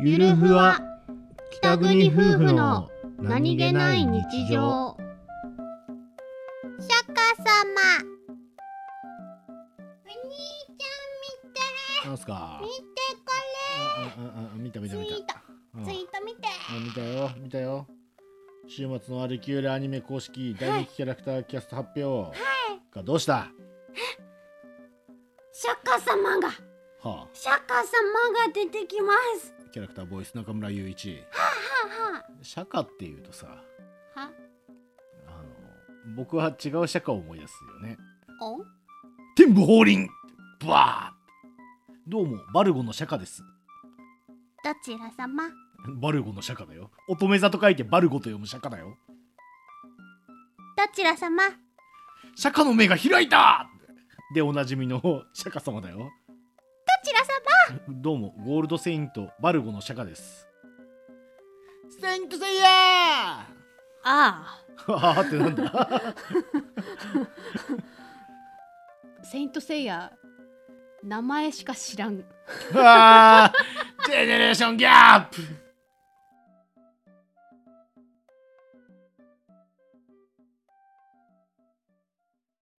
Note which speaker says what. Speaker 1: ゆるふわ北国夫婦の何気ない日常
Speaker 2: 釈迦様お兄ちゃん見て
Speaker 1: なんすか
Speaker 2: 見てこ
Speaker 1: うんうんうんうん見た見
Speaker 2: れ
Speaker 1: た
Speaker 2: ツイ
Speaker 1: 見た
Speaker 2: ート
Speaker 1: うん
Speaker 2: ツイート見て
Speaker 1: あ見たよ見たよ週末のあるキュールアニメ公式大人気キャラクターキャスト発表がどうしたは
Speaker 2: 釈迦様が
Speaker 1: あ
Speaker 2: 釈迦様が出てきます
Speaker 1: キャラクターボイス中村雄一
Speaker 2: は
Speaker 1: 釈迦っていうとさ
Speaker 2: あはあは
Speaker 1: あの僕は違う釈迦を思い出すよね
Speaker 2: お
Speaker 1: 天武法輪バーッどうもバルゴの釈迦です
Speaker 2: どちら様
Speaker 1: バルゴの釈迦だよ乙女座と書いてバルゴと読む釈迦だよ
Speaker 2: どちら様
Speaker 1: 釈迦の目が開いたでおなじみの釈迦様だよ
Speaker 2: どちら様
Speaker 1: どうもゴールドセイントバルゴの釈迦ですセイントセイヤー
Speaker 2: あ
Speaker 1: あーってなんだ
Speaker 2: あセイントセイヤ名前しか知らん
Speaker 1: あージェネレーションギャップ